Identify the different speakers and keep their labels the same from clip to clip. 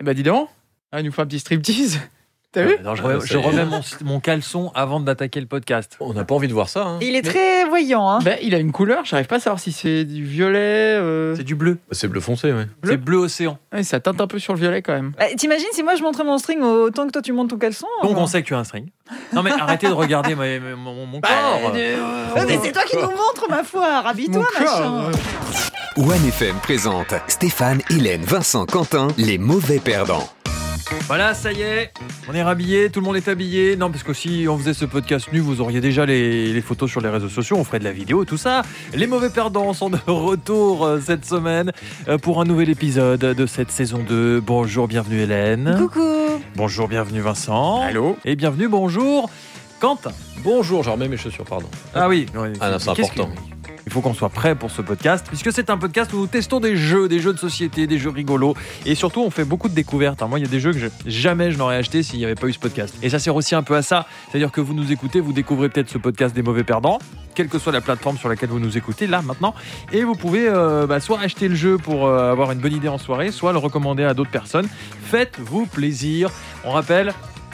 Speaker 1: Eh ben dis donc, ah, il nous fait un petit striptease. T'as vu
Speaker 2: Non, je,
Speaker 3: Hein Ouais,
Speaker 2: je
Speaker 3: ça y est.
Speaker 2: remets mon, mon caleçon avant d'attaquer le podcast.
Speaker 3: On n'a pas envie de voir ça. hein.
Speaker 2: Ah,
Speaker 4: Il est très voyant. Hein.
Speaker 1: ben, Il a une couleur, j'arrive pas à savoir si c'est du violet. euh,
Speaker 2: C'est du bleu.
Speaker 3: C'est bleu foncé, ouais.
Speaker 2: C'est bleu océan.
Speaker 1: ouais, ça teinte un peu sur le violet quand même.
Speaker 4: Bah, T'imagines si moi je montrais mon string autant que toi tu montes ton caleçon
Speaker 3: Oh,
Speaker 4: hein.
Speaker 2: Donc on
Speaker 4: alors
Speaker 2: sait que tu as un string. Non mais arrêtez de regarder ma- ma- mon,
Speaker 1: Bah,
Speaker 3: Bah,
Speaker 2: mon corps.
Speaker 4: Ouais, mais c'est toi qui nous montre ma foi,
Speaker 1: euh, Mon
Speaker 4: rabis-toi
Speaker 1: corps,
Speaker 4: machin.
Speaker 1: euh,
Speaker 5: OneFM présente Stéphane, Hélène, Vincent, Quentin, les mauvais perdants.
Speaker 2: Voilà, ça y est, on est rhabillé, tout le monde est habillé. Non, parce que si on faisait ce podcast nu, vous auriez déjà les, les photos sur les réseaux sociaux, on ferait de la vidéo, tout ça. Les mauvais perdants sont de retour euh, cette semaine euh, pour un nouvel épisode de cette saison 2. Bonjour, bienvenue Hélène.
Speaker 4: Coucou.
Speaker 2: Bonjour, bienvenue Vincent.
Speaker 1: Allô
Speaker 2: Et bienvenue, bonjour Quentin.
Speaker 3: Bonjour, je remets mes chaussures, pardon.
Speaker 2: Ah oui,
Speaker 3: Ah non, c'est
Speaker 2: qu'est-ce
Speaker 3: important.
Speaker 2: que- Il faut qu'on soit prêt pour ce podcast, puisque c'est un podcast où nous testons des jeux, des jeux de société, des jeux rigolos, et surtout on fait beaucoup de découvertes. hein. Moi, il y a des jeux que je- jamais je n'aurais acheté s'il n'y avait pas eu ce podcast. Et ça sert aussi un peu à ça, c'est-à-dire que vous nous écoutez, vous découvrez peut-être ce podcast des mauvais perdants, quelle que soit la plateforme sur laquelle vous nous écoutez là maintenant, et vous pouvez euh, bah, soit acheter le jeu pour euh, avoir une bonne idée en soirée, soit le recommander à d'autres personnes. Faites-vous plaisir. On rappelle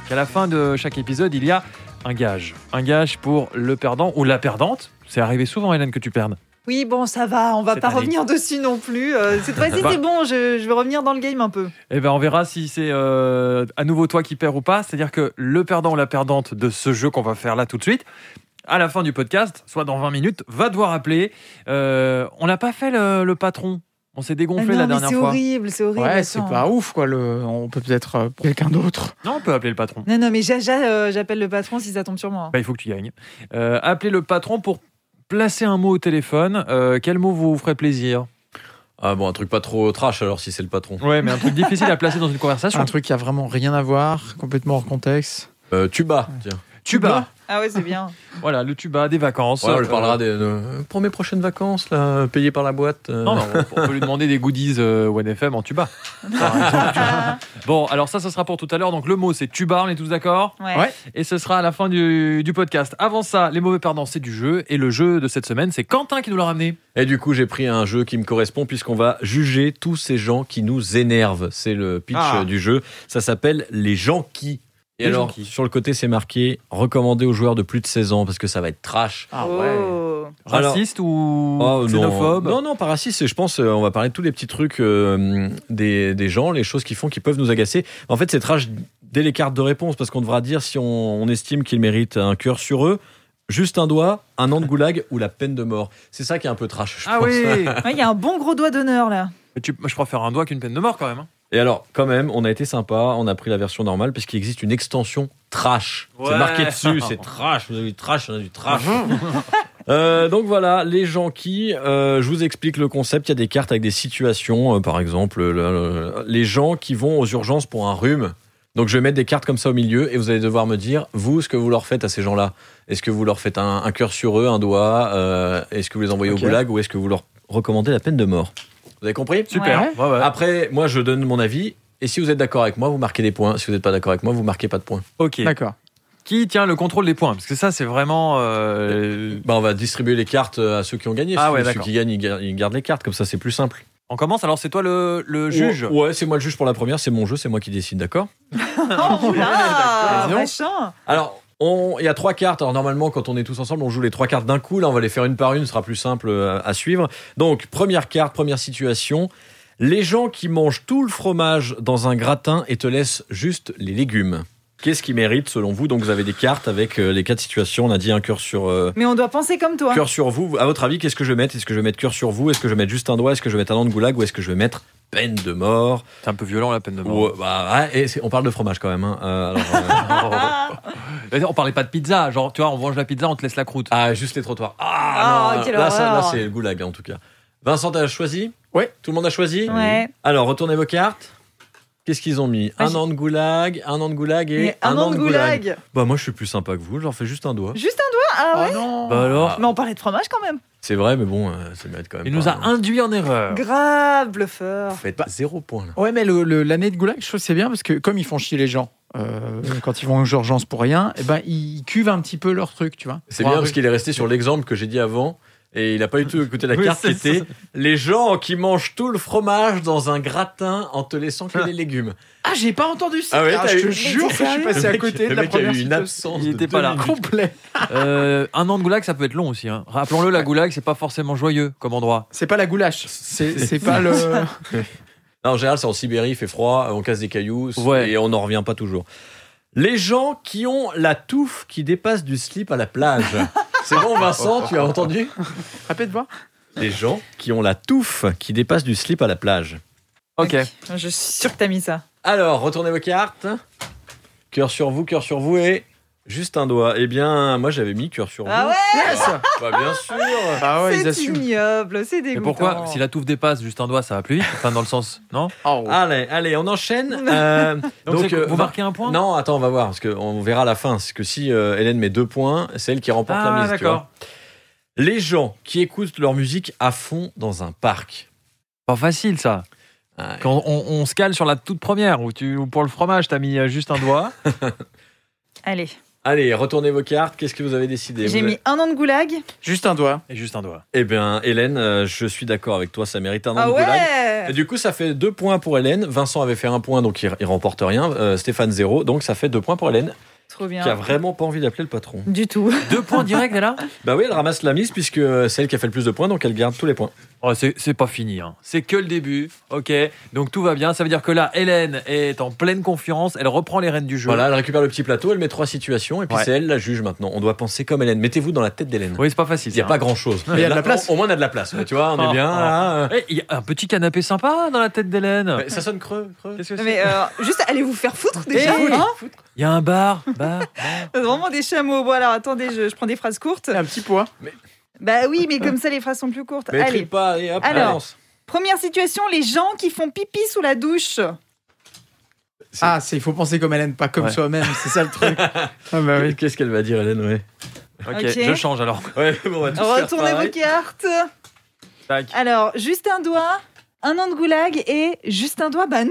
Speaker 2: qu'à la fin de chaque épisode, il y a un gage. Un gage pour le perdant ou la perdante. C'est arrivé souvent, Hélène, que tu perdes.
Speaker 4: Oui, bon, ça va, on va
Speaker 2: Cette
Speaker 4: pas
Speaker 2: année.
Speaker 4: revenir dessus non plus. Euh, cette fois-ci,
Speaker 2: Bah.
Speaker 4: c'est bon, je, je vais revenir dans le game un peu.
Speaker 2: Eh ben, on verra si c'est euh, à nouveau toi qui perds ou pas. C'est-à-dire que le perdant ou la perdante de ce jeu qu'on va faire là tout de suite, à la fin du podcast, soit dans 20 minutes, va devoir appeler. Euh, on n'a pas fait le, le patron. On s'est
Speaker 4: Ah
Speaker 2: dégonflé
Speaker 4: non,
Speaker 2: la
Speaker 4: mais
Speaker 2: dernière
Speaker 4: c'est
Speaker 2: fois.
Speaker 4: horrible, c'est horrible.
Speaker 1: Ouais, c'est
Speaker 4: attends.
Speaker 1: pas ouf quoi. Le... On peut peut-être euh, quelqu'un d'autre.
Speaker 2: Non, on peut appeler le patron.
Speaker 4: Non, non, mais j'a- j'a- euh, j'appelle le patron si ça tombe sur moi.
Speaker 2: Bah, il faut que tu gagnes. Euh, appelez le patron pour placer un mot au téléphone. Euh, quel mot vous ferait plaisir
Speaker 3: Ah bon, un truc pas trop trash alors si c'est le patron.
Speaker 2: Ouais, mais un truc difficile à placer dans une conversation.
Speaker 1: Un truc qui a vraiment rien à voir, complètement hors contexte.
Speaker 3: Euh, tuba, tiens.
Speaker 2: Tuba.
Speaker 4: Ah ouais, c'est bien.
Speaker 2: Voilà, le tuba des vacances.
Speaker 3: Ouais, on lui
Speaker 2: Euh,
Speaker 3: parlera des, de- pour mes prochaines vacances, là, payées par la boîte. euh.
Speaker 2: Non, non, on peut lui demander des goodies euh, OneFM en tuba. Bon, alors ça, ce sera pour tout à l'heure. Donc le mot, c'est tuba, on est tous d'accord
Speaker 4: Ah, Ouais.
Speaker 1: Ouais.
Speaker 2: Et ce sera à la fin du, du podcast. Avant ça, les mauvais perdants, c'est du jeu. Et le jeu de cette semaine, c'est Quentin qui nous l'a ramené.
Speaker 3: Et du coup, j'ai pris un jeu qui me correspond puisqu'on va juger tous ces gens qui nous énervent. C'est le pitch
Speaker 1: Ah.
Speaker 3: euh, du jeu. Ça s'appelle les gens qui. Et
Speaker 2: Les
Speaker 3: alors,
Speaker 2: gens qui.
Speaker 3: sur le côté, c'est marqué recommandé aux joueurs de plus de 16 ans parce que ça va être trash.
Speaker 1: Ah
Speaker 4: Oh.
Speaker 3: Alors-
Speaker 2: Raciste ou
Speaker 3: Oh, non.
Speaker 2: xénophobe
Speaker 3: Non, non, pas raciste. Je pense, euh, on va parler de tous les petits trucs euh, des, des gens, les choses qu'ils font qui peuvent nous agacer. En fait, c'est trash dès les cartes de réponse parce qu'on devra dire si on, on estime qu'ils méritent un cœur sur eux, juste un doigt, un an de goulag ou la peine de mort. C'est ça qui est un peu trash, je
Speaker 2: Ah
Speaker 3: pense.
Speaker 2: oui
Speaker 4: Ouais, il y a un bon gros doigt d'honneur là.
Speaker 2: Mais tu- moi, Je préfère un doigt qu'une peine de mort quand même. hein.
Speaker 3: Et alors, quand même, on a été sympa, on a pris la version normale puisqu'il existe une extension trash.
Speaker 2: Ouais.
Speaker 3: C'est marqué dessus, c'est trash. Vous avez du trash, on a du trash. Euh, donc voilà, les gens qui, euh, je vous explique le concept, il y a des cartes avec des situations, euh, par exemple, le- le- les gens qui vont aux urgences pour un rhume. Donc je vais mettre des cartes comme ça au milieu et vous allez devoir me dire, vous, ce que vous leur faites à ces gens-là. Est-ce que vous leur faites un, un cœur sur eux, un doigt euh, Est-ce que vous les envoyez
Speaker 1: Ok.
Speaker 3: au goulag ou est-ce que vous leur recommandez la peine de mort Vous avez compris
Speaker 2: Super.
Speaker 1: Ouais.
Speaker 2: Ouais, ouais.
Speaker 3: après, moi, je donne mon avis. Et si vous êtes d'accord avec moi, vous marquez des points. Si vous n'êtes pas d'accord avec moi, vous marquez pas de points.
Speaker 2: ok.
Speaker 1: D'accord.
Speaker 2: Qui tient le contrôle des points Parce que ça, c'est vraiment. euh,
Speaker 3: Bah, on va distribuer les cartes euh, à ceux qui ont gagné.
Speaker 2: Ah
Speaker 3: Ceux-
Speaker 2: ouais,
Speaker 3: ceux
Speaker 2: d'accord.
Speaker 3: qui gagnent, ils gar- ils gardent les cartes. Comme ça, c'est plus simple.
Speaker 2: On commence, alors c'est toi le,
Speaker 3: Oh,
Speaker 2: le juge.
Speaker 3: Ouais, ouais, c'est moi le juge pour la première. C'est mon jeu. C'est moi qui décide, d'accord
Speaker 4: Oh là,
Speaker 1: D'accord.
Speaker 4: machin.
Speaker 3: Alors, on- il y a trois cartes. Alors, normalement, quand on est tous ensemble, on joue les trois cartes d'un coup. Là, on va les faire une par une. Ce sera plus simple à, à suivre. Donc, première carte, première situation. Les gens qui mangent tout le fromage dans un gratin et te laissent juste les légumes. Qu'est-ce qui mérite selon vous Donc, vous avez des cartes avec euh, les quatre situations. On a dit un cœur sur. euh,
Speaker 4: Mais on doit penser comme toi.
Speaker 3: Cœur sur vous, à votre avis, qu'est-ce que je vais mettre Est-ce que je vais mettre cœur sur vous Est-ce que je vais mettre juste un doigt Est-ce que je vais mettre un an de goulag Ou est-ce que je vais mettre peine de mort
Speaker 2: C'est un peu violent la peine de mort.
Speaker 3: Ou, euh, bah, ouais, et c'est- On parle de fromage quand même. hein. Euh, alors, euh,
Speaker 4: Ah,
Speaker 2: Mais On parlait pas de pizza, genre tu vois, on mange la pizza, on te laisse la croûte.
Speaker 3: ah, juste les trottoirs.
Speaker 4: Ah,
Speaker 3: Ah, non,
Speaker 4: quelle
Speaker 3: là, ça- là,
Speaker 4: horreur.
Speaker 3: c'est le goulag en tout cas. Vincent, t'as choisi
Speaker 1: Ouais.
Speaker 3: Tout le monde a choisi
Speaker 4: ouais.
Speaker 3: Alors, retournez vos cartes. Qu'est-ce qu'ils ont mis
Speaker 4: Ah,
Speaker 3: Un
Speaker 4: j'ai-
Speaker 3: an de goulag, un an de goulag et
Speaker 4: Mais un an de goulag.
Speaker 3: Bah, moi, je suis plus sympa que vous. Je leur fais juste un doigt.
Speaker 4: Juste un doigt Ah ouais
Speaker 1: Oh non
Speaker 2: Bah alors
Speaker 4: Mais on parlait de fromage quand même.
Speaker 3: C'est vrai, mais bon, euh, ça mérite quand même.
Speaker 2: Il nous
Speaker 3: pas,
Speaker 2: a Bah.
Speaker 3: hein.
Speaker 2: induit en erreur.
Speaker 4: Grave bluffeur.
Speaker 3: Vous faites zéro point là.
Speaker 1: Ouais, mais le- le- l'année de goulag, je trouve que c'est bien parce que comme ils font chier les gens euh, quand ils vont aux urgences pour rien, eh ben, ils cuvent un petit peu leur truc, tu vois.
Speaker 3: C'est
Speaker 1: Pour
Speaker 3: bien
Speaker 1: un
Speaker 3: parce
Speaker 1: truc.
Speaker 3: qu'il est resté sur l'exemple que j'ai dit avant. Et il a pas du tout écouté la
Speaker 2: Oui,
Speaker 3: carte qui
Speaker 2: c'est ça.
Speaker 3: était les gens qui mangent tout le fromage dans un gratin en te laissant que les légumes.
Speaker 1: Ah, j'ai pas entendu ça.
Speaker 3: Ah ouais, t'as
Speaker 1: je
Speaker 3: eu-
Speaker 1: te jure que je suis passé à côté de
Speaker 3: le
Speaker 1: la
Speaker 3: mec a
Speaker 1: première
Speaker 3: eu une
Speaker 1: situation.
Speaker 3: absence.
Speaker 2: Il
Speaker 3: de
Speaker 2: était
Speaker 3: deux
Speaker 2: pas là.
Speaker 3: minutes.
Speaker 1: Complet.
Speaker 2: Euh, un an de goulag, ça peut être long aussi. hein. Rappelons-le, la goulag, c'est pas forcément joyeux comme endroit.
Speaker 1: C'est pas la goulash. C'est c'est pas le.
Speaker 3: Non, en général, c'est en Sibérie, il fait froid, on casse des cailloux
Speaker 2: Ouais.
Speaker 3: et on n'en revient pas toujours. Les gens qui ont la touffe qui dépasse du slip à la plage. C'est bon, Vincent, tu as entendu
Speaker 1: Répète voir.
Speaker 3: Les gens qui ont la touffe qui dépasse du slip à la plage.
Speaker 1: Ah
Speaker 2: Ok.
Speaker 4: Ah, Je suis sûre que t'as mis ça.
Speaker 3: Alors, retournez vos cartes. Cœur sur vous, cœur sur vous et juste un doigt. Eh bien, moi j'avais mis cœur sur
Speaker 4: Ah
Speaker 3: vous.
Speaker 4: ouais,
Speaker 1: Yes.
Speaker 3: Bah, bien sûr.
Speaker 1: Ah ouais, ils
Speaker 4: c'est
Speaker 1: assument.
Speaker 4: ignoble, c'est
Speaker 2: Mais
Speaker 4: dégoûtant.
Speaker 2: pourquoi Si la touffe dépasse juste un doigt, ça va plus vite Enfin, dans le sens. Non
Speaker 1: Oh.
Speaker 3: Allez, allez, on enchaîne. Euh,
Speaker 2: Donc, c'est-
Speaker 3: euh,
Speaker 2: vous
Speaker 3: Vin-
Speaker 2: marquez un point
Speaker 3: Non, attends, on va voir parce qu'on verra à la fin. Parce que si euh, Hélène met deux points, c'est elle qui remporte la
Speaker 2: Ah,
Speaker 3: mise. tu vois.
Speaker 2: d'accord.
Speaker 3: Les gens qui écoutent leur musique à fond dans un parc.
Speaker 2: Pas facile ça.
Speaker 3: Ouais.
Speaker 2: Quand on, on se cale sur la toute première, où, tu, où pour le fromage, t'as mis euh, juste un doigt.
Speaker 4: Allez,
Speaker 3: Allez, retournez vos cartes. Qu'est-ce que vous avez décidé
Speaker 4: j'ai
Speaker 3: Vous
Speaker 4: mis un an de goulag.
Speaker 1: Juste un doigt.
Speaker 2: Et juste un doigt.
Speaker 3: avez- Eh bien, Hélène, euh, je suis d'accord avec toi. Ça mérite un an
Speaker 4: Ah
Speaker 3: de goulag. Et
Speaker 4: ouais
Speaker 3: du coup, ça fait deux points pour Hélène. Vincent avait fait un point, donc il, il remporte rien. Euh, Stéphane, zéro. Donc ça fait deux points pour Hélène,
Speaker 4: Trop
Speaker 3: qui a
Speaker 4: bien.
Speaker 3: vraiment pas envie d'appeler le patron.
Speaker 4: Du tout.
Speaker 2: Deux points directs, là
Speaker 3: Bah oui, elle ramasse la mise, puisque c'est elle qui a fait le plus de points, donc elle garde tous les points.
Speaker 2: Oh, c'est c'est pas fini, hein. c'est que le début, ok. Donc tout va bien, ça veut dire que là, Hélène est en pleine confiance, elle reprend les rênes du jeu.
Speaker 3: Voilà, elle récupère le petit plateau, elle met trois situations, et puis
Speaker 2: Ouais.
Speaker 3: c'est elle la juge maintenant. On doit penser comme Hélène. Mettez-vous dans la tête d'Hélène.
Speaker 2: Oui, c'est pas facile.
Speaker 3: Il n'y a
Speaker 2: ça,
Speaker 3: pas
Speaker 2: hein.
Speaker 3: grand-chose.
Speaker 1: Mais il y a de
Speaker 3: Là,
Speaker 1: la place. Oh.
Speaker 3: Au moins, on a de la place. Tu vois, on est bien.
Speaker 2: Ah,
Speaker 3: là, euh,
Speaker 2: Eh, Il y a un petit canapé sympa dans la tête d'Hélène.
Speaker 3: Ouais, Bah, Ça sonne creux, creux.
Speaker 2: Qu'est-ce que c'est
Speaker 4: Mais euh, juste, allez vous faire foutre déjà.
Speaker 2: Eh,
Speaker 4: hein
Speaker 2: Il y a un bar, bar.
Speaker 4: Vraiment des chameaux. Bon, alors attendez, je, je prends des phrases courtes.
Speaker 1: Un petit poids.
Speaker 4: Bah oui, mais comme ça, les phrases sont plus courtes.
Speaker 3: Mais
Speaker 4: Allez,
Speaker 3: écris pas, et hop,
Speaker 4: Alors.
Speaker 3: avance.
Speaker 4: première situation les gens qui font pipi sous la douche.
Speaker 3: C'est-
Speaker 1: Ah, c'est il faut penser comme Hélène, pas comme
Speaker 2: Ouais.
Speaker 1: soi-même. C'est ça le truc. ah bah oui.
Speaker 3: Qu'est-ce qu'elle va dire, Hélène ouais.
Speaker 2: ok,
Speaker 4: Ok.
Speaker 2: je change alors.
Speaker 3: Ouais, bon, on va tous faire
Speaker 4: Retournez vos
Speaker 3: pareil.
Speaker 4: cartes.
Speaker 2: Tac.
Speaker 4: Alors, juste un doigt, un an de goulag et juste un doigt, bah non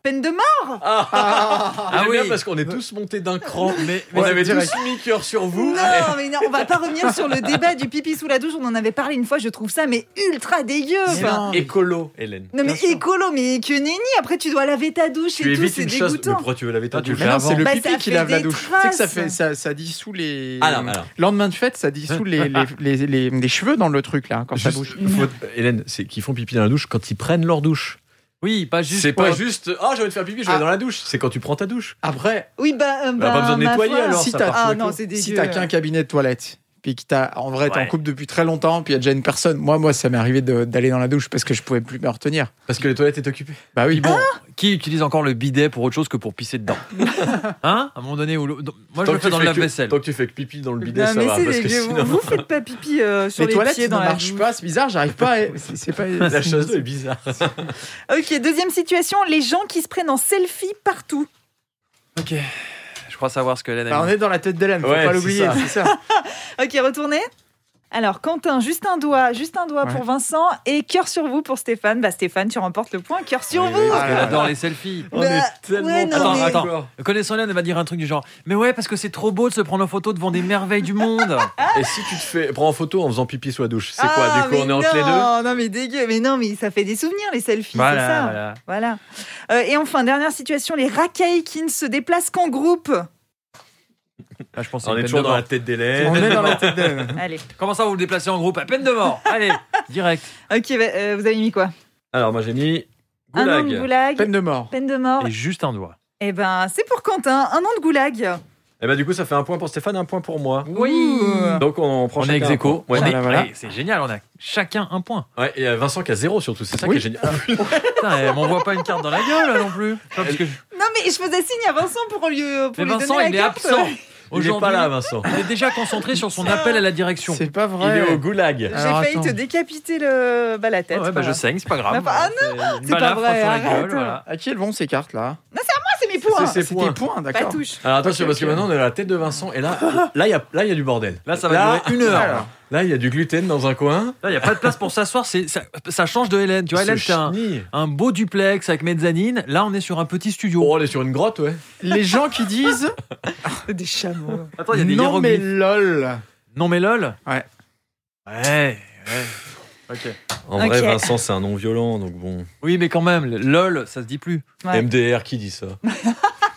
Speaker 4: Peine de mort
Speaker 3: Ah,
Speaker 2: Ah
Speaker 3: J'aime
Speaker 2: oui.
Speaker 3: bien parce qu'on est tous montés d'un cran.
Speaker 2: Mais,
Speaker 3: On
Speaker 1: Ouais,
Speaker 3: avait
Speaker 1: direct.
Speaker 3: tous mis cœur sur vous.
Speaker 4: Non, mais non, on va pas revenir sur le débat du pipi sous la douche, on en avait parlé une fois, je trouve ça mais ultra dégueu
Speaker 1: Mais
Speaker 4: quoi.
Speaker 1: non.
Speaker 3: Écolo, Ah, Hélène.
Speaker 4: Non
Speaker 1: Bien
Speaker 4: mais
Speaker 1: sûr.
Speaker 4: écolo, mais que nenni, après tu dois laver ta douche
Speaker 3: Tu
Speaker 4: et tout,
Speaker 3: évites
Speaker 4: c'est
Speaker 3: une chose. Mais
Speaker 4: dégoûtant.
Speaker 3: pourquoi tu veux laver ta
Speaker 2: Ah, tu
Speaker 3: douche
Speaker 2: le
Speaker 1: Mais non,
Speaker 2: avant.
Speaker 1: c'est le
Speaker 4: Bah, ça
Speaker 1: pipi qui
Speaker 4: fait
Speaker 1: lave la
Speaker 4: des
Speaker 1: douche. Tu sais que ça
Speaker 4: traces.
Speaker 1: fait ça, ça dissout les.
Speaker 3: Alors, alors.
Speaker 1: Lendemain de fête, ça dissout les, les, les, les- les cheveux dans le truc là quand ça bouge.
Speaker 3: Juste, faut- Hélène, c'est qu'ils font pipi dans la douche quand ils prennent leur douche.
Speaker 2: Oui, pas juste.
Speaker 3: C'est
Speaker 2: pour-
Speaker 3: pas juste. Ah, j'ai envie de faire pipi, je vais
Speaker 1: Ah.
Speaker 3: aller dans la douche. C'est quand tu prends ta douche.
Speaker 1: Après,
Speaker 4: Oui, bah, euh,
Speaker 3: Bah, pas besoin de
Speaker 4: ma
Speaker 3: nettoyer,
Speaker 4: foi.
Speaker 3: alors,
Speaker 1: si
Speaker 3: ça
Speaker 1: t'as
Speaker 3: part
Speaker 4: Ah non, c'est dégueu.
Speaker 1: si t'as qu'un cabinet de toilette, puis que t'as en vrai t'es en
Speaker 2: Ouais.
Speaker 1: couple depuis très longtemps, puis il y a déjà une personne. Moi, moi, ça m'est arrivé de- d'aller dans la douche parce que je pouvais plus me retenir.
Speaker 3: Parce que les toilettes étaient occupées.
Speaker 1: Bah oui, bon.
Speaker 4: Ah
Speaker 2: Qui utilise encore le bidet pour autre chose que pour pisser dedans Hein À un moment donné, où l'eau- moi je
Speaker 3: Tant
Speaker 2: le
Speaker 3: que
Speaker 2: fais
Speaker 3: tu
Speaker 2: dans le
Speaker 3: que-
Speaker 2: lave-vaisselle.
Speaker 3: Tant que tu fais que pipi dans le bidet,
Speaker 4: Non,
Speaker 3: ça
Speaker 4: mais
Speaker 3: va.
Speaker 4: c'est
Speaker 3: Parce que
Speaker 4: dégueu.
Speaker 3: sinon,
Speaker 4: Vous faites pas pipi euh, sur
Speaker 1: les,
Speaker 4: les,
Speaker 1: toilettes
Speaker 4: pieds
Speaker 1: ça
Speaker 4: dans
Speaker 1: ne
Speaker 4: la
Speaker 1: marchent
Speaker 4: douche.
Speaker 1: pas, c'est bizarre, j'arrive pas. à- c'est c'est pas.
Speaker 3: la chasse d'eau est bizarre.
Speaker 4: Ok, deuxième situation, les gens qui se prennent en selfie partout.
Speaker 2: Ok. Je crois savoir ce que Hélène
Speaker 1: Bah,
Speaker 2: a
Speaker 1: on
Speaker 2: mis.
Speaker 1: est dans la tête d'Hélène, faut
Speaker 3: Ouais,
Speaker 1: pas
Speaker 3: c'est
Speaker 1: l'oublier,
Speaker 3: ça.
Speaker 1: c'est ça.
Speaker 4: Ok, retournez. Alors, Quentin, juste un doigt, juste un doigt
Speaker 1: Ouais.
Speaker 4: pour Vincent et cœur sur vous pour Stéphane. Bah, Stéphane, tu remportes le point. Cœur sur
Speaker 3: Oui,
Speaker 4: vous.
Speaker 3: oui,
Speaker 2: Parce qu'elle
Speaker 1: Ah,
Speaker 2: adore les selfies.
Speaker 3: On
Speaker 4: Bah,
Speaker 3: est tellement
Speaker 4: ouais, non,
Speaker 3: pas
Speaker 4: mais-
Speaker 3: d'accord.
Speaker 2: Connaissant Hélène, elle va dire un truc du genre Mais ouais, parce que c'est trop beau de se prendre en photo devant des merveilles du monde.
Speaker 3: Et si tu te fais prends en photo en faisant pipi sous la douche, c'est
Speaker 4: Ah,
Speaker 3: quoi Du coup, on est
Speaker 4: mais
Speaker 3: entre les deux.
Speaker 4: Non, non, mais dégueu. Mais non, mais ça fait des souvenirs, les selfies. c'est ça.
Speaker 2: voilà,
Speaker 4: Voilà. Euh, et enfin, dernière situation, les racailles qui ne se déplacent qu'en groupe.
Speaker 2: Ah, je pense que c'est
Speaker 3: On
Speaker 2: une
Speaker 3: est
Speaker 2: peine
Speaker 3: toujours
Speaker 2: de
Speaker 3: dans
Speaker 2: mort.
Speaker 3: la tête
Speaker 1: On
Speaker 3: d'Hélène.
Speaker 1: est dans la tête d'Hélène.
Speaker 4: Allez.
Speaker 2: Comment ça, vous le déplacez en groupe À peine de mort. Allez, direct.
Speaker 4: Ok, bah, euh, vous avez mis quoi
Speaker 3: Alors moi j'ai mis
Speaker 4: Un an de
Speaker 3: goulag.
Speaker 4: goulag, peine,
Speaker 1: Peine de mort.
Speaker 4: de mort.
Speaker 2: Et juste un doigt.
Speaker 4: Eh ben, c'est pour Quentin, un an de goulag.
Speaker 3: Et bah du coup ça fait un point pour Stéphane, un point pour moi.
Speaker 4: Oui.
Speaker 3: Donc on prend
Speaker 2: On
Speaker 3: chacun
Speaker 2: est ex
Speaker 3: un
Speaker 2: aequo.
Speaker 3: point.
Speaker 2: On
Speaker 3: Ouais.
Speaker 2: est-
Speaker 1: Voilà, voilà.
Speaker 2: ouais, C'est génial, on a chacun un point.
Speaker 3: Ouais, et euh, Vincent qui a zéro surtout, c'est ça
Speaker 1: Oui.
Speaker 3: qui est génial.
Speaker 2: Putain, elle m'envoie pas une carte dans la gueule non plus. Enfin, parce que-
Speaker 4: Non, mais je faisais signe à Vincent pour lui, euh, pour
Speaker 2: Mais
Speaker 4: lui
Speaker 2: Vincent,
Speaker 4: donner
Speaker 2: il
Speaker 4: la
Speaker 2: est
Speaker 4: carte.
Speaker 2: absent.
Speaker 3: Il est
Speaker 2: Aujourd'hui,
Speaker 3: pas là Vincent.
Speaker 2: il est déjà concentré sur son appel à la direction.
Speaker 1: C'est pas
Speaker 3: Il
Speaker 1: vrai.
Speaker 3: est au goulag.
Speaker 4: J'ai
Speaker 1: Alors,
Speaker 4: failli te
Speaker 1: attends.
Speaker 4: décapiter le... bah, la tête.
Speaker 2: Ah ouais, bah,
Speaker 4: voilà.
Speaker 2: je saigne, c'est pas
Speaker 4: Mais
Speaker 2: grave.
Speaker 4: pas- ah
Speaker 2: non,
Speaker 4: c'est pas vrai, arrête.
Speaker 1: Ah, À qui elles vont ces cartes là
Speaker 4: Ah, c'est mes points.
Speaker 3: C'est-
Speaker 1: C'est tes
Speaker 3: c'est points.
Speaker 1: points,
Speaker 4: Pas
Speaker 1: d'accord.
Speaker 4: touche.
Speaker 3: Alors attention
Speaker 1: Ok,
Speaker 3: parce que
Speaker 1: ok.
Speaker 3: maintenant on est à la tête de Vincent et là là il y a là il y a du bordel.
Speaker 2: Là, ça va
Speaker 3: Là-
Speaker 2: durer une heure.
Speaker 1: Alors,
Speaker 3: Là il y a du gluten dans un coin.
Speaker 2: Là, il n'y a pas de place pour s'asseoir. c'est- Ça, ça change de Hélène. Tu vois,
Speaker 3: Ce
Speaker 2: Hélène, c'est un,
Speaker 3: chenille.
Speaker 2: un beau duplex avec mezzanine. Là, on est sur un petit studio.
Speaker 3: Oh, on est sur une grotte ouais.
Speaker 1: les gens qui disent
Speaker 4: Des chameaux.
Speaker 2: Attends, il y a des
Speaker 1: non mais
Speaker 2: hiéroglyphes.
Speaker 1: lol.
Speaker 2: Non, mais lol.
Speaker 1: Ouais.
Speaker 2: Ouais. Ok.
Speaker 3: En
Speaker 4: Ok.
Speaker 3: vrai, Vincent, c'est un nom violent, donc bon.
Speaker 2: Oui, mais quand même, le- lol, ça se dit plus.
Speaker 4: Ouais.
Speaker 3: MDR, qui dit ça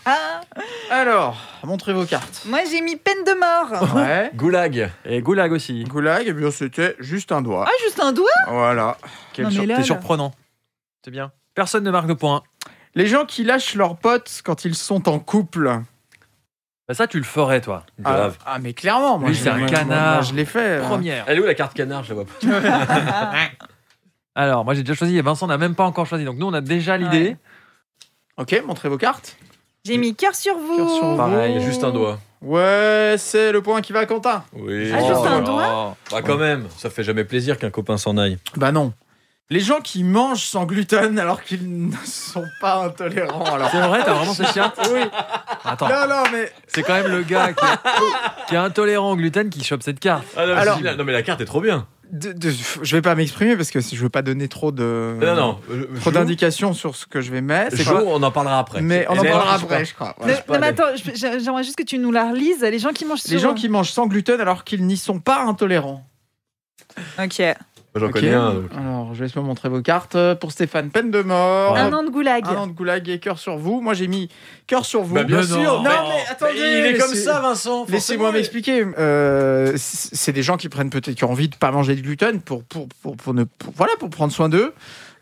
Speaker 4: Ah,
Speaker 1: Alors, montrez vos cartes.
Speaker 4: moi, j'ai mis peine de
Speaker 2: Ah
Speaker 4: mort.
Speaker 1: Ouais.
Speaker 3: Goulag.
Speaker 2: Et Goulag aussi.
Speaker 1: Goulag, eh bien, c'était juste un doigt.
Speaker 4: Ah, juste un doigt
Speaker 1: Voilà.
Speaker 2: Quel
Speaker 4: Non, mais
Speaker 2: sur-
Speaker 4: lol.
Speaker 2: T'es surprenant. C'est bien. Personne ne marque de points.
Speaker 1: Les gens qui lâchent leurs potes quand ils sont en couple.
Speaker 2: Bah, ça, tu le ferais, toi.
Speaker 3: Grave.
Speaker 1: Ah, ah, mais clairement, moi,
Speaker 2: Lui,
Speaker 1: je-
Speaker 2: c'est un
Speaker 1: moi,
Speaker 2: canard.
Speaker 1: moi, je l'ai fait. hein.
Speaker 2: Première.
Speaker 3: Elle est où la carte canard Je la vois pas.
Speaker 2: Alors, moi, j'ai déjà choisi et Vincent n'a même pas encore choisi. Donc, nous, on a déjà l'idée.
Speaker 1: Ok, montrez vos cartes.
Speaker 4: J'ai mis cœur sur vous.
Speaker 1: Cœur sur vous.
Speaker 3: Pareil, juste un doigt.
Speaker 1: Ouais, c'est le point qui va à Quentin.
Speaker 3: Oui.
Speaker 4: Ah, juste
Speaker 2: Oh
Speaker 4: un
Speaker 2: là
Speaker 4: doigt
Speaker 2: là.
Speaker 3: Bah, quand même, ça fait jamais plaisir qu'un copain s'en aille.
Speaker 1: Bah non. Les gens qui mangent sans gluten alors qu'ils ne sont pas intolérants. Alors.
Speaker 2: C'est vrai, t'as vraiment ce chien Oui. Attends,
Speaker 1: Non, non, mais
Speaker 2: c'est quand même le gars qui est, qui est intolérant au gluten qui chope cette carte.
Speaker 3: Ah, non,
Speaker 1: Alors-
Speaker 3: si, là- non, mais la carte est trop bien.
Speaker 1: de- de- je vais pas m'exprimer parce que si- je veux pas donner trop de
Speaker 3: Non, non. euh,
Speaker 1: trop
Speaker 3: joue-
Speaker 1: d'indications sur ce que je vais mettre.
Speaker 3: joue, on en parlera après.
Speaker 1: Mais on en
Speaker 3: Elle est-
Speaker 1: parlera
Speaker 3: je sais pas.
Speaker 1: après, je crois.
Speaker 4: Ne-
Speaker 1: Voilà.
Speaker 3: Ouais, je peux
Speaker 4: non, mais
Speaker 3: aller.
Speaker 4: attends, je- je- j'aimerais juste que tu nous la relises. Les gens qui mangent
Speaker 1: Les
Speaker 4: sur-
Speaker 1: gens qui mangent sans gluten alors qu'ils n'y sont pas intolérants.
Speaker 4: Ok.
Speaker 3: J'en
Speaker 1: Ok.
Speaker 3: connais hein. un. euh.
Speaker 1: Alors, je vais vous montrer vos cartes. Pour Stéphane, peine de mort.
Speaker 4: Un an de goulag.
Speaker 1: Un an de goulag et cœur sur vous. Moi, j'ai mis cœur sur vous.
Speaker 3: Bah, bien
Speaker 1: Mais
Speaker 3: sûr.
Speaker 1: Non,
Speaker 3: Mais-
Speaker 1: mais attendez.
Speaker 3: Mais il est comme
Speaker 1: laissez-
Speaker 3: ça, Vincent.
Speaker 1: Laissez-moi
Speaker 3: forcément.
Speaker 1: m'expliquer. Euh, c- c'est des gens qui prennent peut-être qui ont envie de pas manger de gluten pour pour pour, pour ne pour- voilà pour prendre soin d'eux.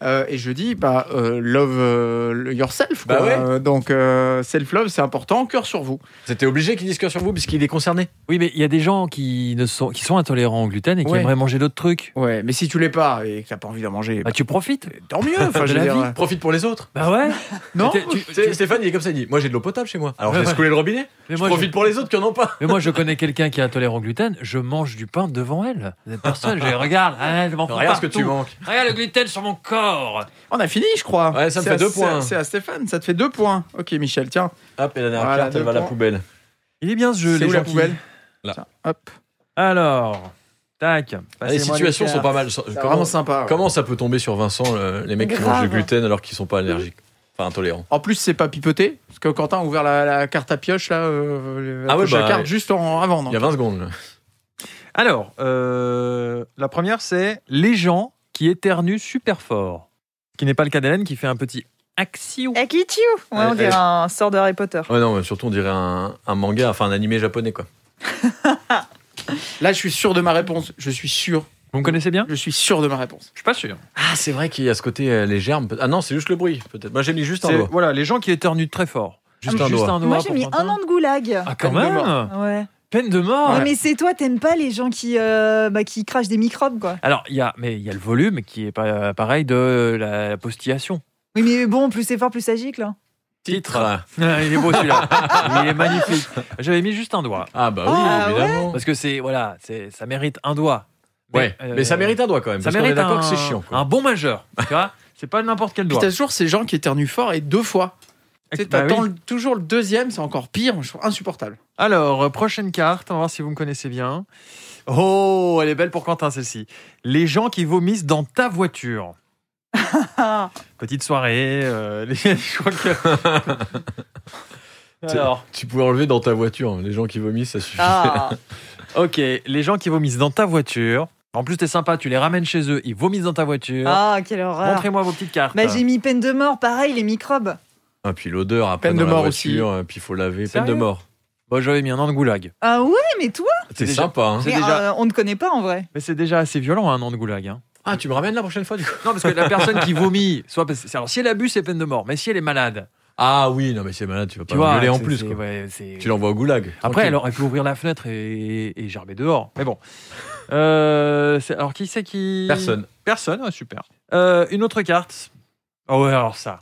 Speaker 1: Euh, et je dis bah euh, love euh, yourself. quoi.
Speaker 3: Bah ouais.
Speaker 1: Euh, donc self love c'est important. Cœur sur vous.
Speaker 3: C'était obligé qu'il dise que sur vous, puisqu'il est concerné.
Speaker 2: Oui, mais il y a des gens qui, ne sont, qui sont intolérants au gluten et qui
Speaker 1: Ouais.
Speaker 2: aimeraient manger d'autres trucs.
Speaker 1: Ouais. Mais si tu l'es pas et que t'as pas envie d'en manger,
Speaker 2: Bah, tu profites.
Speaker 1: bah, tant mieux. Enfin,
Speaker 2: de
Speaker 1: je veux
Speaker 2: la
Speaker 1: dire,
Speaker 2: vie.
Speaker 1: euh,
Speaker 3: Profite pour les autres.
Speaker 2: Bah ouais.
Speaker 1: Non.
Speaker 2: Mais t'es- tu-
Speaker 3: Tu
Speaker 2: tu-
Speaker 3: sais, Stéphane, il est comme ça, il dit Moi, j'ai de l'eau potable chez moi. Alors,
Speaker 2: Ouais,
Speaker 3: je laisse
Speaker 2: ouais.
Speaker 3: couler le robinet.
Speaker 2: mais
Speaker 3: Je
Speaker 2: moi,
Speaker 3: profite
Speaker 2: je,
Speaker 3: pour les autres qui n'en ont pas.
Speaker 2: mais moi, je connais quelqu'un qui est intolérant au gluten. Je mange du pain devant elle. Personne. Je les regarde. Ah, je m'en fous
Speaker 3: Regarde ce que
Speaker 2: partout.
Speaker 3: tu manques.
Speaker 2: Regarde le gluten sur mon corps.
Speaker 1: On a fini, je crois.
Speaker 3: Ouais, ça me
Speaker 1: C'est
Speaker 3: fait
Speaker 1: à-
Speaker 3: deux
Speaker 1: c'est-
Speaker 3: points.
Speaker 1: C'est à Stéphane. Ça te fait deux points. Ok, Michel. Tiens.
Speaker 3: Hop, et la dernière
Speaker 1: Voilà,
Speaker 3: carte, elle
Speaker 1: deux
Speaker 3: va à la
Speaker 1: points.
Speaker 3: poubelle. Ah,
Speaker 2: Il est bien ce jeu,
Speaker 1: C'est
Speaker 2: les
Speaker 1: où
Speaker 2: gens
Speaker 1: la
Speaker 2: qui-
Speaker 1: poubelle
Speaker 3: Là.
Speaker 1: Tiens, hop.
Speaker 2: Alors, tac.
Speaker 3: Ah, les
Speaker 2: passez-moi
Speaker 3: situations
Speaker 2: cartes.
Speaker 3: sont pas mal.
Speaker 1: C'est
Speaker 3: Comment,
Speaker 1: vraiment sympa. ouais.
Speaker 3: comment ça peut tomber sur Vincent, le- les mecs qui
Speaker 4: Grave.
Speaker 3: mangent du gluten alors qu'ils sont pas allergiques Enfin, intolérants.
Speaker 1: En plus, c'est pas pipoté, parce que Quentin a ouvert la, la carte à pioche, là, euh, la,
Speaker 3: Ah ouais,
Speaker 1: poche à
Speaker 3: bah,
Speaker 1: carte
Speaker 3: ouais.
Speaker 1: juste en, avant. donc.
Speaker 3: Il y a 20 secondes. là.
Speaker 2: Alors, euh, la première, c'est les gens qui éternuent super fort. Ce qui n'est pas le cas d'Hélène qui fait un petit axiou.
Speaker 4: Avec Ichiu. Ouais, on
Speaker 3: Allez,
Speaker 4: dirait
Speaker 3: allez.
Speaker 4: un sort de Harry Potter.
Speaker 3: Ouais, non, mais surtout, on dirait un, un manga, enfin un animé japonais, quoi.
Speaker 1: Là, je suis sûr de ma réponse. Je suis sûr.
Speaker 2: Vous me connaissez bien
Speaker 1: Je suis sûr de ma réponse.
Speaker 2: Je suis pas sûr.
Speaker 3: Ah, c'est vrai qu'il y a ce côté euh, les germes. peut- Ah non, c'est juste le bruit, peut-être. Moi, j'ai mis juste un
Speaker 2: C'est-
Speaker 3: doigt.
Speaker 2: Voilà, les gens qui éternuent très fort. Ah,
Speaker 3: Juste un doigt.
Speaker 4: Moi, j'ai
Speaker 2: pour
Speaker 4: mis
Speaker 2: Quentin.
Speaker 4: un an de goulag.
Speaker 2: Ah, quand
Speaker 1: Peine de
Speaker 2: même
Speaker 4: Ouais.
Speaker 2: Peine de mort
Speaker 4: Ouais, mais c'est toi, t'aimes pas les gens qui, euh, bah, qui crachent des microbes, quoi.
Speaker 2: Alors, il y a, mais il y a le volume qui est pas pareil de la postillation.
Speaker 4: Oui, mais bon, plus c'est fort, plus ça gicle. hein.
Speaker 3: Titre. là.
Speaker 2: Ah, il est beau celui-là. il est magnifique. J'avais mis juste un doigt.
Speaker 3: Ah, bah oui,
Speaker 4: Ah,
Speaker 3: évidemment.
Speaker 2: Parce que c'est, voilà, c'est- ça mérite un doigt.
Speaker 3: Mais, ouais,
Speaker 2: euh,
Speaker 3: mais ça mérite un doigt quand même.
Speaker 2: Ça
Speaker 3: parce qu'on est
Speaker 2: mérite
Speaker 3: d'accord
Speaker 2: un,
Speaker 3: que c'est chiant. quoi.
Speaker 2: un bon majeur. Tu vois C'est pas n'importe quel
Speaker 1: Puis
Speaker 2: doigt.
Speaker 1: t'as toujours ces gens qui éternuent fort et deux fois. Tu sais,
Speaker 2: Bah oui.
Speaker 1: t'attends le- toujours le deuxième, c'est encore pire. Je trouve insupportable.
Speaker 2: Alors, euh, prochaine carte, on va voir si vous me connaissez bien. Oh, elle est belle pour Quentin celle-ci. Les gens qui vomissent dans ta voiture.
Speaker 4: Ah,
Speaker 2: Petite soirée. euh, les- je crois que- Alors,
Speaker 3: Tu pouvais enlever dans ta voiture hein, les gens qui vomissent, ça suffit.
Speaker 4: ah.
Speaker 2: ok, les gens qui vomissent dans ta voiture. En plus, t'es sympa, tu les ramènes chez eux, ils vomissent dans ta voiture.
Speaker 4: Ah, quelle horreur.
Speaker 2: Montrez-moi vos petites cartes.
Speaker 4: Bah, j'ai mis peine de mort, pareil, les microbes.
Speaker 3: Ah, puis l'odeur après
Speaker 1: Peine
Speaker 3: dans
Speaker 1: de
Speaker 3: la
Speaker 1: mort
Speaker 3: voiture, euh, puis il faut laver. Peine
Speaker 2: Sérieux
Speaker 3: de mort.
Speaker 2: Bon, j'avais mis un an de goulag.
Speaker 4: Ah ouais, mais toi
Speaker 3: T'es
Speaker 2: déjà-
Speaker 3: sympa, hein.
Speaker 2: C'est
Speaker 4: mais,
Speaker 2: déjà-
Speaker 4: euh, On ne connaît pas en vrai.
Speaker 2: Mais c'est déjà assez violent, un an de goulag. hein.
Speaker 3: Ah, tu me ramènes la prochaine fois, du coup
Speaker 2: Non, parce que la personne qui vomit, soit parce- alors, si elle abuse, c'est peine de mort. Mais si elle est malade,
Speaker 3: Ah oui, non, mais c'est malade, tu vas
Speaker 2: tu
Speaker 3: pas
Speaker 2: vois.
Speaker 3: violer en
Speaker 2: c'est-
Speaker 3: plus.
Speaker 2: c'est-
Speaker 3: quoi.
Speaker 2: ouais, c'est-
Speaker 3: Tu l'envoies au goulag.
Speaker 2: Après, elle
Speaker 3: alors.
Speaker 2: aurait pu ouvrir la fenêtre et, et gerber dehors. Mais bon. Euh, c'est- alors, qui c'est qui
Speaker 3: Personne.
Speaker 2: Personne, ouais, super. Euh, une autre carte. Ah ouais, alors ça.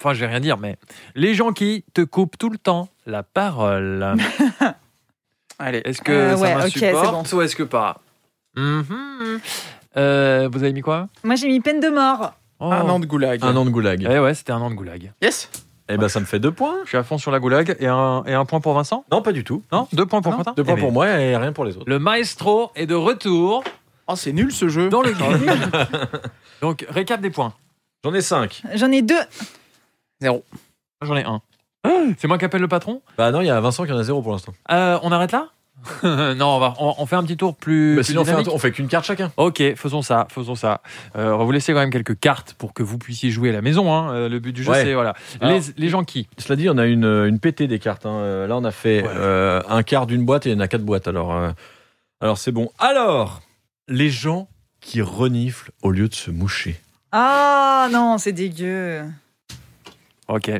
Speaker 2: Enfin, je vais rien dire, mais les gens qui te coupent tout le temps la parole.
Speaker 1: Allez.
Speaker 2: Est-ce que
Speaker 4: Euh,
Speaker 2: ça
Speaker 4: ouais, ok,
Speaker 2: m'insupporte ou est-ce que pas Mhm. Euh, Vous avez mis quoi
Speaker 4: Moi, j'ai mis peine de mort.
Speaker 2: Oh.
Speaker 1: Un an de goulag.
Speaker 3: Un an de goulag.
Speaker 2: Eh ouais, c'était un an de goulag.
Speaker 1: Yes.
Speaker 3: Eh ben, ça me fait deux points.
Speaker 2: Je suis à fond sur la goulag et un, et un point pour Vincent
Speaker 3: Non, pas du tout.
Speaker 2: Non Deux points pour
Speaker 1: Non,
Speaker 2: Quentin
Speaker 3: Deux points
Speaker 2: Eh ben,
Speaker 3: pour moi et rien pour les autres.
Speaker 2: Le maestro est de retour
Speaker 1: Oh, c'est nul ce jeu.
Speaker 2: dans le game. Donc, récap des points.
Speaker 3: J'en ai cinq.
Speaker 4: J'en ai deux.
Speaker 2: J'en ai un. C'est moi qui appelle le patron.
Speaker 3: Bah non, il y a Vincent qui en a zéro pour l'instant.
Speaker 2: Euh, on arrête là non, on, va, on, on fait un petit tour plus.
Speaker 3: Bah,
Speaker 2: plus
Speaker 3: sinon, on fait, un
Speaker 2: dynamique.
Speaker 3: tour- on fait qu'une carte chacun.
Speaker 2: Ok, faisons ça, faisons ça. Euh, on va vous laisser quand même quelques cartes pour que vous puissiez jouer à la maison. hein. Euh, le but du jeu,
Speaker 3: Ouais.
Speaker 2: c'est voilà.
Speaker 3: Alors-
Speaker 2: les, les gens qui
Speaker 3: Cela dit, on a une, une pétée des cartes. hein. Euh, Là, on a fait euh, un quart d'une boîte et il y en a quatre boîtes. Alors, euh, alors c'est bon. Alors, les gens qui reniflent au lieu de se moucher.
Speaker 4: Ah non, c'est dégueu.
Speaker 2: Ok.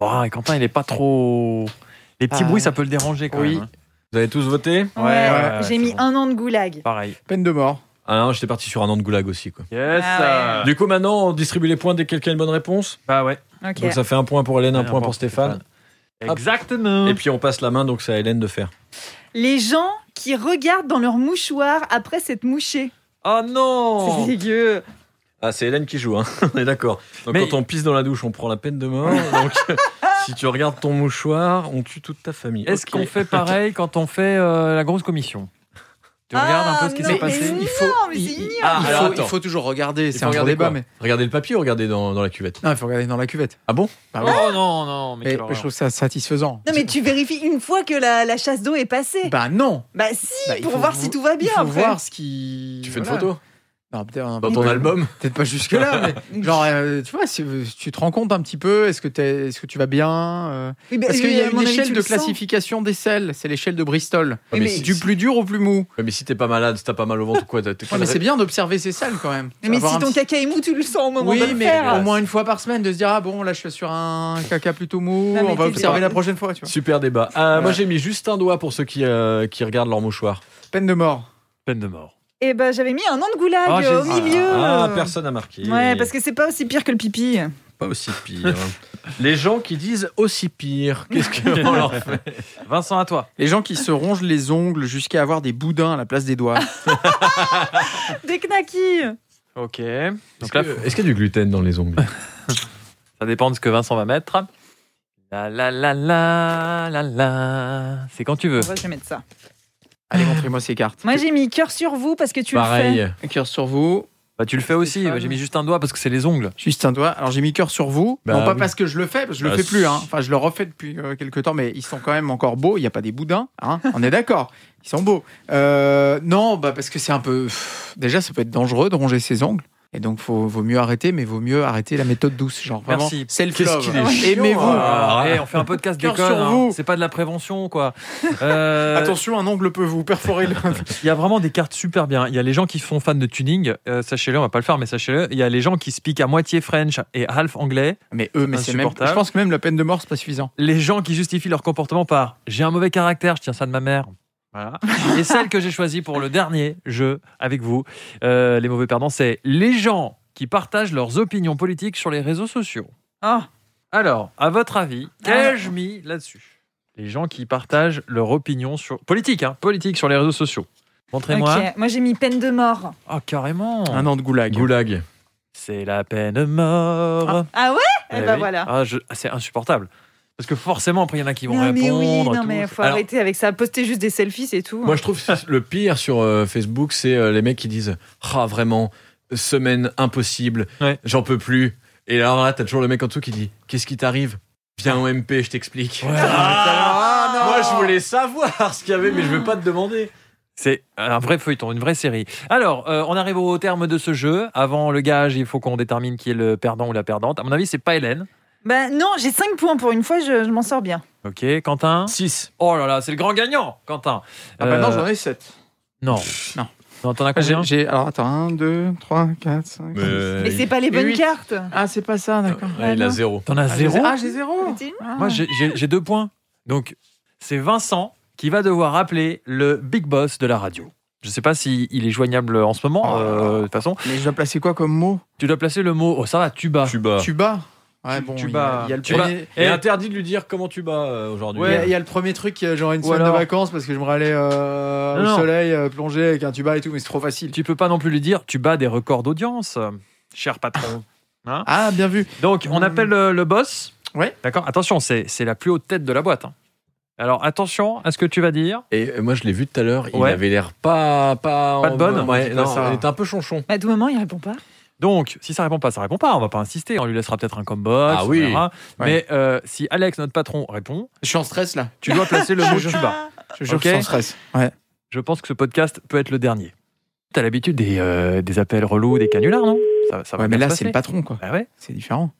Speaker 2: Oh, et Quentin, il est pas trop. Les petits
Speaker 1: Ah.
Speaker 2: bruits, ça peut le déranger quand
Speaker 1: Oui.
Speaker 2: même. hein.
Speaker 3: Vous avez tous voté
Speaker 4: Ouais,
Speaker 2: ouais,
Speaker 4: j'ai
Speaker 2: c'est
Speaker 4: mis
Speaker 2: bon.
Speaker 4: un an de goulag.
Speaker 2: Pareil.
Speaker 1: Peine de mort.
Speaker 3: Ah non, j'étais parti sur un an de goulag aussi. Quoi.
Speaker 2: Yes.
Speaker 4: Ah ouais.
Speaker 2: Du-
Speaker 3: Du coup, maintenant, on distribue les points dès que quelqu'un a une bonne réponse.
Speaker 2: Bah ouais.
Speaker 4: Ok.
Speaker 3: Donc, ça fait un point pour Hélène, un point pour Stéphane.
Speaker 2: Exactement.
Speaker 3: Et puis, on passe la main, donc c'est à Hélène de faire.
Speaker 4: Les gens qui regardent dans leur mouchoir après s'être mouchés.
Speaker 2: oh
Speaker 4: C'est
Speaker 2: non.
Speaker 4: dégueu.
Speaker 3: Ah, c'est Hélène qui joue, hein. on est d'accord. Donc,
Speaker 2: Mais-
Speaker 3: quand on pisse dans la douche, on prend la peine de mort. Donc, si tu regardes ton mouchoir, on tue toute ta famille.
Speaker 2: Est-ce
Speaker 3: Ok.
Speaker 2: qu'on fait pareil quand on fait euh, la grosse commission Tu
Speaker 4: Ah,
Speaker 2: regardes un peu ce qui
Speaker 4: non,
Speaker 2: s'est
Speaker 4: mais
Speaker 2: passé.
Speaker 4: oui.
Speaker 1: il faut,
Speaker 4: Non, mais c'est
Speaker 1: il,
Speaker 4: ignoble.
Speaker 3: Ah,
Speaker 1: il
Speaker 3: alors,
Speaker 1: faut,
Speaker 3: attends.
Speaker 1: il faut toujours regarder.
Speaker 3: Il
Speaker 1: C'est
Speaker 3: faut
Speaker 1: un gros
Speaker 3: regarder
Speaker 1: débat,
Speaker 3: quoi
Speaker 1: mais.
Speaker 3: Regardez le papier ou regardez dans, dans la cuvette
Speaker 1: Non, il faut regarder dans la cuvette.
Speaker 3: Ah bon
Speaker 1: Bah oui.
Speaker 2: Oh non non. Mais
Speaker 1: Mais
Speaker 2: quelle
Speaker 1: je
Speaker 2: horreur.
Speaker 1: trouve ça satisfaisant.
Speaker 4: Non, mais tu vérifies une fois que la, la chasse d'eau est passée. Bah,
Speaker 1: Bah non
Speaker 4: si,
Speaker 1: Bah, il
Speaker 4: pour
Speaker 1: faut
Speaker 4: voir
Speaker 1: vo-
Speaker 4: si tout va bien.
Speaker 1: Il faut
Speaker 4: après.
Speaker 1: voir ce qui.
Speaker 3: Tu fais
Speaker 1: Voilà.
Speaker 3: une photo
Speaker 1: Non, peut-être, non,
Speaker 3: dans ton
Speaker 1: peut-être-
Speaker 3: album
Speaker 1: Peut-être pas jusque-là, mais genre, euh, tu vois, si, tu te rends compte un petit peu, est-ce que, t'es- est-ce que tu vas bien euh,
Speaker 4: Oui, bah,
Speaker 1: Parce qu'il
Speaker 4: oui,
Speaker 1: y a
Speaker 4: à
Speaker 1: une
Speaker 4: mon avis,
Speaker 1: échelle
Speaker 4: tu
Speaker 1: de
Speaker 4: le sens.
Speaker 1: classification Ah, des sels, c'est l'échelle de Bristol.
Speaker 4: Mais
Speaker 3: mais,
Speaker 4: mais-
Speaker 3: si,
Speaker 1: Du plus dur au plus mou.
Speaker 3: ouais, mais si t'es pas malade, si t'as pas mal au ventre ou quoi, t'as- t'as-
Speaker 1: Ouais, mais c'est bien d'observer ces sels quand même.
Speaker 4: Mais
Speaker 1: Avoir
Speaker 4: si
Speaker 1: un
Speaker 4: ton
Speaker 1: petit-
Speaker 4: caca est mou, tu le sens au moment
Speaker 1: Oui,
Speaker 4: de le
Speaker 1: mais euh,
Speaker 4: faire.
Speaker 1: au moins une fois par semaine de se dire ah bon là je suis sur un caca plutôt mou,
Speaker 4: Non, mais
Speaker 1: on va
Speaker 4: t'es-
Speaker 1: observer
Speaker 4: t'es-
Speaker 1: la prochaine fois. Tu vois.
Speaker 3: Super débat. Euh,
Speaker 1: Voilà.
Speaker 3: Moi j'ai mis juste un doigt pour ceux qui, euh, qui regardent leur mouchoir.
Speaker 1: Peine de mort.
Speaker 2: Peine de mort.
Speaker 4: Et ben j'avais mis un an de
Speaker 1: Oh,
Speaker 4: goulag
Speaker 2: Ah,
Speaker 4: euh, au
Speaker 2: j'ai-
Speaker 4: milieu.
Speaker 3: Ah, personne n'a marqué.
Speaker 4: Ouais, parce que c'est pas aussi pire que le pipi.
Speaker 3: Pas aussi pire. Les gens qui disent aussi pire, qu'est-ce qu'on leur fait
Speaker 2: Vincent à toi.
Speaker 1: Les gens qui se rongent les ongles jusqu'à avoir des boudins à la place des doigts.
Speaker 4: Des knackis.
Speaker 2: Ok.
Speaker 3: Est-ce
Speaker 2: Donc là,
Speaker 3: que- est-ce qu'il y a du gluten dans les ongles
Speaker 2: Ça dépend de ce que Vincent va mettre. La la la la la la. C'est quand tu veux.
Speaker 4: On va, je vais mettre ça.
Speaker 1: Allez montrez-moi ces cartes.
Speaker 4: Moi, j'ai mis cœur sur vous parce que tu le fais.
Speaker 3: Pareil.
Speaker 1: Cœur sur vous.
Speaker 2: Bah, tu le fais aussi.
Speaker 1: Stéphane.
Speaker 2: Bah, J'ai mis juste un doigt parce que c'est les ongles.
Speaker 1: Juste un doigt. Alors j'ai mis cœur sur vous.
Speaker 3: Bah
Speaker 1: non pas
Speaker 3: oui.
Speaker 1: parce que je le fais, parce que je
Speaker 3: Bah,
Speaker 1: le fais plus. hein.
Speaker 3: si.
Speaker 1: Enfin je le refais depuis euh, quelques temps, mais ils sont quand même encore beaux. Il n'y a pas des boudins. hein. On est d'accord. Ils sont beaux. Euh, non, bah parce que c'est un peu. pff, Déjà ça peut être dangereux de ronger ses ongles. Et donc faut, vaut mieux arrêter, mais vaut mieux arrêter la méthode douce. Genre vraiment.
Speaker 2: Merci.
Speaker 1: Self
Speaker 3: Qu'est-ce qu'il est chiant,
Speaker 1: Aimez-vous.
Speaker 3: Ah,
Speaker 2: Eh, on fait un podcast
Speaker 1: Oh, bah, Cœur
Speaker 2: d'école.
Speaker 1: sur
Speaker 2: hein.
Speaker 1: vous.
Speaker 2: C'est pas de la prévention, quoi. Euh,
Speaker 1: Attention, un ongle peut vous perforer. Le...
Speaker 2: Il y a vraiment des cartes super bien. Il y a les gens qui sont fans de tuning. euh, sachez-le, on va pas le faire, mais sachez-le. Il y a les gens qui speak à moitié French et half anglais.
Speaker 1: Mais eux, mais c'est même.
Speaker 2: Insupportable.
Speaker 1: Je pense que même la peine de mort c'est pas suffisant.
Speaker 2: Les gens qui justifient leur comportement par j'ai un mauvais caractère, je tiens ça de ma mère. Voilà. Et celle que j'ai choisie pour le dernier jeu avec vous, euh, les mauvais perdants, c'est les gens qui partagent leurs opinions politiques sur les réseaux sociaux.
Speaker 4: Ah,
Speaker 2: Alors, à votre avis, qu'ai-je mis là-dessus Les gens qui partagent leur opinion sur politique, hein, politique sur les réseaux sociaux. Montrez-moi.
Speaker 4: ok. Moi, j'ai mis peine de mort.
Speaker 2: Ah, carrément.
Speaker 1: Un an de goulag.
Speaker 3: Goulag.
Speaker 2: C'est la peine de mort.
Speaker 4: Ah ouais Eh
Speaker 2: Eh
Speaker 4: ben
Speaker 2: oui.
Speaker 4: voilà.
Speaker 2: Ah, je- ah, c'est insupportable. Parce que forcément, après, il y en a qui vont
Speaker 4: non, mais
Speaker 2: répondre.
Speaker 4: oui,
Speaker 2: et
Speaker 4: non,
Speaker 2: tout.
Speaker 4: mais faut
Speaker 3: Alors-
Speaker 4: arrêter avec ça. Poster juste des selfies, c'est tout.
Speaker 3: Moi, je trouve que le pire sur euh, Facebook, c'est euh, les mecs qui disent Ah, vraiment, semaine impossible,
Speaker 2: Ouais.
Speaker 3: j'en peux plus. Et alors là, t'as toujours le mec en dessous qui dit Qu'est-ce qui t'arrive Viens au MP, je t'explique.
Speaker 2: Ouais.
Speaker 3: Ah,
Speaker 1: Ah, non.
Speaker 3: Moi, je voulais savoir ce qu'il y avait, mais je veux pas te demander.
Speaker 2: C'est un vrai feuilleton, une vraie série. Alors, euh, on arrive au terme de ce jeu. Avant le gage, il faut qu'on détermine qui est le perdant ou la perdante. À mon avis, c'est pas Hélène.
Speaker 4: Ben non, j'ai 5 points pour une fois, je, je m'en sors bien.
Speaker 2: Ok, Quentin
Speaker 3: 6.
Speaker 2: Oh là là, c'est le grand gagnant, Quentin
Speaker 1: Ah bah non,
Speaker 2: Euh,
Speaker 1: j'en ai 7.
Speaker 2: Non.
Speaker 1: Non.
Speaker 2: Non, t'en as combien
Speaker 1: ah, J'ai... Alors attends, 1, 2, 3, 4, 5.
Speaker 3: Euh,
Speaker 4: Mais c'est pas les
Speaker 1: Et
Speaker 4: bonnes
Speaker 1: oui.
Speaker 4: cartes.
Speaker 1: Ah, c'est pas ça, d'accord.
Speaker 3: il a zéro.
Speaker 2: T'en as zéro
Speaker 1: Ah, j'ai zéro.
Speaker 4: Continue.
Speaker 1: Ah.
Speaker 2: Moi, j'ai- j'ai j'ai deux points. Donc, c'est Vincent qui va devoir appeler le big boss de la radio. Je sais pas s'il est joignable en ce moment,
Speaker 1: Oh là
Speaker 2: euh, de toute façon.
Speaker 1: Mais je dois placer quoi comme mot
Speaker 2: Tu dois placer le mot. Oh, ça va, tu bats.
Speaker 3: Tu bats.
Speaker 1: Tuba. Ouais,
Speaker 2: Tu-
Speaker 1: bon, il y
Speaker 2: tuba.
Speaker 1: a- il y a le
Speaker 2: Tuba.
Speaker 1: premier.
Speaker 3: Et
Speaker 2: Eh,
Speaker 3: interdit de lui dire comment tu bats euh, aujourd'hui.
Speaker 1: Ouais, il y a le premier truc, euh, genre une
Speaker 2: Ou
Speaker 1: semaine
Speaker 2: alors-
Speaker 1: de vacances parce que je me allais euh,
Speaker 2: Non,
Speaker 1: au
Speaker 2: non.
Speaker 1: soleil euh, plonger avec un tuba et tout, mais c'est trop facile.
Speaker 2: Tu peux pas non plus lui dire tu bats des records d'audience, euh, cher patron.
Speaker 1: Ah, bien vu.
Speaker 2: Donc, on
Speaker 1: Hmm.
Speaker 2: appelle euh, le boss.
Speaker 1: Ouais.
Speaker 2: D'accord. Attention, c'est c'est la plus haute tête de la boîte. hein. Alors, attention à ce que tu vas dire.
Speaker 3: Et euh, moi, je l'ai vu tout à l'heure, il
Speaker 2: Ouais.
Speaker 3: avait l'air pas. Pas,
Speaker 2: Pas de
Speaker 3: en-
Speaker 2: bonne
Speaker 3: Ouais,
Speaker 1: C'est
Speaker 3: non,
Speaker 1: pas ça.
Speaker 3: il était un peu chonchon.
Speaker 4: Bah, de moment, il répond pas.
Speaker 2: Donc, si ça répond pas, ça répond pas. On va pas insister. On lui laissera peut-être un combo.
Speaker 3: Ah oui.
Speaker 2: Mais euh, si Alex, notre patron, répond,
Speaker 1: Je suis en stress là.
Speaker 2: tu dois placer le mot
Speaker 1: Je-
Speaker 2: tuba.
Speaker 1: Je jure
Speaker 2: Ok.
Speaker 1: que je suis en stress. Ouais.
Speaker 2: Je pense que ce podcast peut être le dernier. T'as l'habitude des, euh, des appels relous, des canulars, non ça, ça va
Speaker 1: Ouais, mais
Speaker 2: bien
Speaker 1: là,
Speaker 2: se
Speaker 1: c'est le
Speaker 2: passer.
Speaker 1: patron, quoi.
Speaker 2: Bah ouais.
Speaker 1: C'est différent.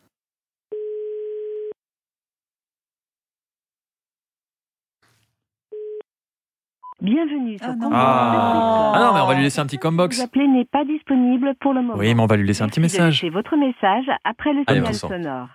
Speaker 6: Bienvenue sur
Speaker 4: Ah non.
Speaker 6: Combo.
Speaker 2: Ah.
Speaker 4: Ah
Speaker 2: non, mais on va lui laisser un petit combox.
Speaker 6: Vous appelez n'est pas disponible pour le moment.
Speaker 2: Oui, mais on va lui laisser un petit message.
Speaker 6: C'est votre message après le
Speaker 3: Allez,
Speaker 6: signal
Speaker 3: Vincent.
Speaker 6: sonore.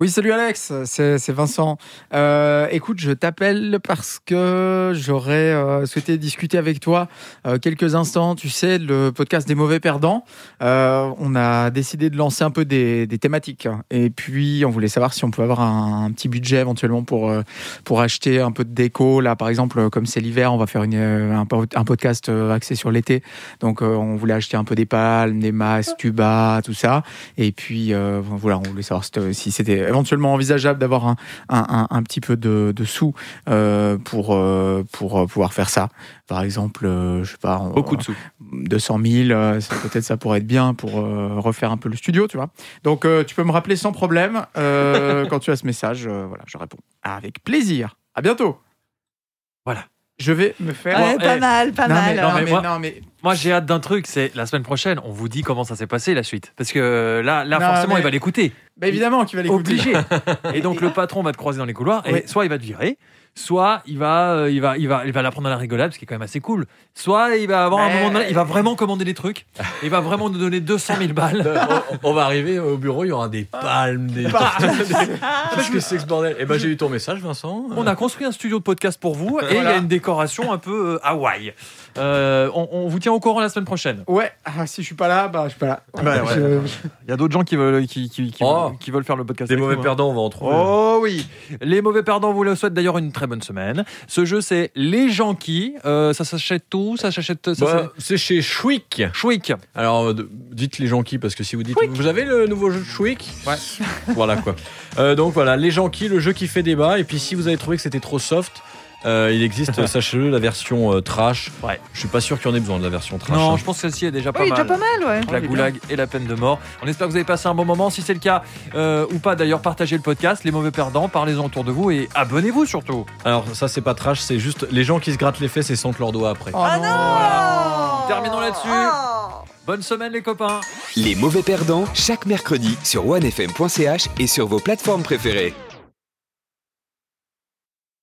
Speaker 1: Oui, salut Alex, c'est c'est Vincent. Euh, écoute, je t'appelle parce que j'aurais euh, souhaité discuter avec toi euh, quelques instants. Tu sais, le podcast des mauvais perdants, euh, on a décidé de lancer un peu des, des thématiques. Et puis, on voulait savoir si on pouvait avoir un, un petit budget éventuellement pour, euh, pour acheter un peu de déco. Là, par exemple, comme c'est l'hiver, on va faire une, euh, un, po- un podcast euh, axé sur l'été. Donc, euh, on voulait acheter un peu des palmes, des masques, tuba, tout ça. Et puis, euh, voilà, on voulait savoir si- euh, si c'était éventuellement envisageable d'avoir un, un, un, un petit peu de, de sous euh, pour, euh, pour euh, pouvoir faire ça. Par exemple, euh, je sais pas, on-
Speaker 2: Beaucoup de sous.
Speaker 1: 200 000, euh, ça- peut-être ça pourrait être bien pour euh, refaire un peu le studio, tu vois. Donc, euh, tu peux me rappeler sans problème euh, quand tu as ce message. euh, voilà, je réponds avec plaisir. À bientôt.
Speaker 2: Voilà.
Speaker 1: Je vais me faire.
Speaker 4: Ouais, pas
Speaker 2: eh.
Speaker 4: mal, pas
Speaker 1: non,
Speaker 4: mal. hein.
Speaker 1: mais, non, mais,
Speaker 2: moi-
Speaker 1: non, mais-
Speaker 2: Moi, j'ai hâte d'un truc, c'est la semaine prochaine, on vous dit comment ça s'est passé la suite. Parce que euh, là, là
Speaker 1: Non,
Speaker 2: forcément,
Speaker 1: mais-
Speaker 2: il va l'écouter.
Speaker 1: bah, évidemment qu'il va l'écouter.
Speaker 2: Obligé. Et donc, le patron va te croiser dans les couloirs et
Speaker 1: Oui.
Speaker 2: soit il va te virer. Soit il va, euh, il va, il va, il va la prendre à la rigolade, ce qui est quand même assez cool. Soit il va avoir un
Speaker 1: Mais-
Speaker 2: moment, donné- il va vraiment commander des trucs. Il va vraiment nous donner 200 000 balles.
Speaker 3: on, on va arriver au bureau, il y aura des palmes, des. Qu'est-ce que c'est que ce bordel Eh ben, j'ai eu ton message, Vincent.
Speaker 2: On a construit un studio de podcast pour vous et il y
Speaker 1: Voilà.
Speaker 2: a une décoration un peu euh, Hawaï. Euh, on, on vous tient au courant la semaine prochaine.
Speaker 1: Ouais, ah, si je suis pas là, bah je suis pas là. Je-
Speaker 2: Il y a d'autres gens qui veulent, qui, qui, qui,
Speaker 3: Oh.
Speaker 2: qui veulent faire le podcast.
Speaker 3: Des
Speaker 2: avec
Speaker 3: mauvais
Speaker 2: nous, hein.
Speaker 3: perdants, on va en trouver.
Speaker 2: Oh oui Les mauvais perdants vous le souhaitent d'ailleurs une très bonne semaine. Ce jeu, c'est Les gens qui. Euh, ça s'achète tout Ça s'achète. Ça
Speaker 3: Bah, c'est chez Schwick.
Speaker 2: s'achète- Chouic
Speaker 3: Alors, euh, de- dites les gens qui, parce que si vous dites, vous avez le nouveau jeu de Schwick
Speaker 1: Ouais.
Speaker 3: voilà quoi. Euh, donc voilà, les gens qui, le jeu qui fait débat. Et puis si vous avez trouvé que c'était trop soft, euh, il existe, sachez-le, la version euh, trash.
Speaker 2: Ouais.
Speaker 3: Je suis pas sûr qu'il y en ait besoin de la version trash.
Speaker 2: Non,
Speaker 3: hein.
Speaker 2: je pense que celle-ci est déjà pas
Speaker 4: Oui,
Speaker 2: mal.
Speaker 4: déjà pas mal, ouais.
Speaker 2: La goulag et la peine de mort. On espère que vous avez passé un bon moment. Si c'est le cas euh, ou pas, d'ailleurs, partagez le podcast. Les mauvais perdants, parlez-en autour de vous et abonnez-vous surtout.
Speaker 3: Alors ça, c'est pas trash, c'est juste les gens qui se grattent les fesses et sentent leurs doigts après.
Speaker 1: Oh
Speaker 4: Ah non
Speaker 2: Terminons là-dessus.
Speaker 4: Oh.
Speaker 2: Bonne semaine, les copains.
Speaker 5: Les mauvais perdants, chaque mercredi sur onefm.ch et sur vos plateformes préférées.